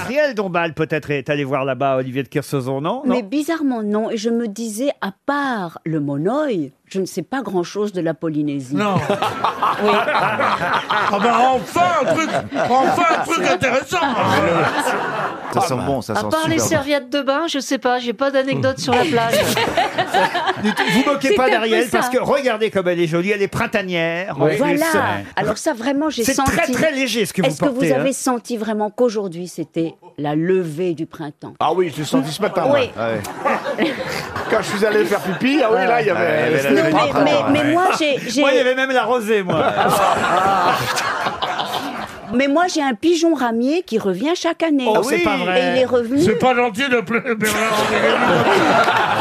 Ariel Dombal peut-être est allé voir là-bas Olivier de Kersauzon, non, non Mais bizarrement, non. Et je me disais, à part le monoi, je ne sais pas grand-chose de la Polynésie. Non. Ah bah enfin un truc, enfin un truc intéressant. Ça sent bon, ça À sent part les super bon. serviettes de bain, je sais pas, j'ai pas d'anecdote sur la plage. Du tout, Vous moquez pas C'est un peu d'Ariel ça. parce que regardez comme elle est jolie, elle est printanière. en plus. Voilà. Alors ça, vraiment, j'ai C'est senti... très très léger ce que vous Est-ce que portez. vous avez hein. senti vraiment qu'aujourd'hui, c'était la levée du printemps Ah oui, je l'ai senti ce matin. Oui. moi. Ah ouais. Quand je suis allé faire pipi, ah oui, là, il y Ah ouais, avait. il y avait Non, la levée mais, du mais- printemps, mais ouais. moi, j'ai... j'ai- Moi, il y avait même la rosée, moi. Mais moi, j'ai un pigeon ramier qui revient chaque année. Oh, Ah c'est oui. pas vrai. Et il est revenu. C'est pas gentil de pleurer Bernard.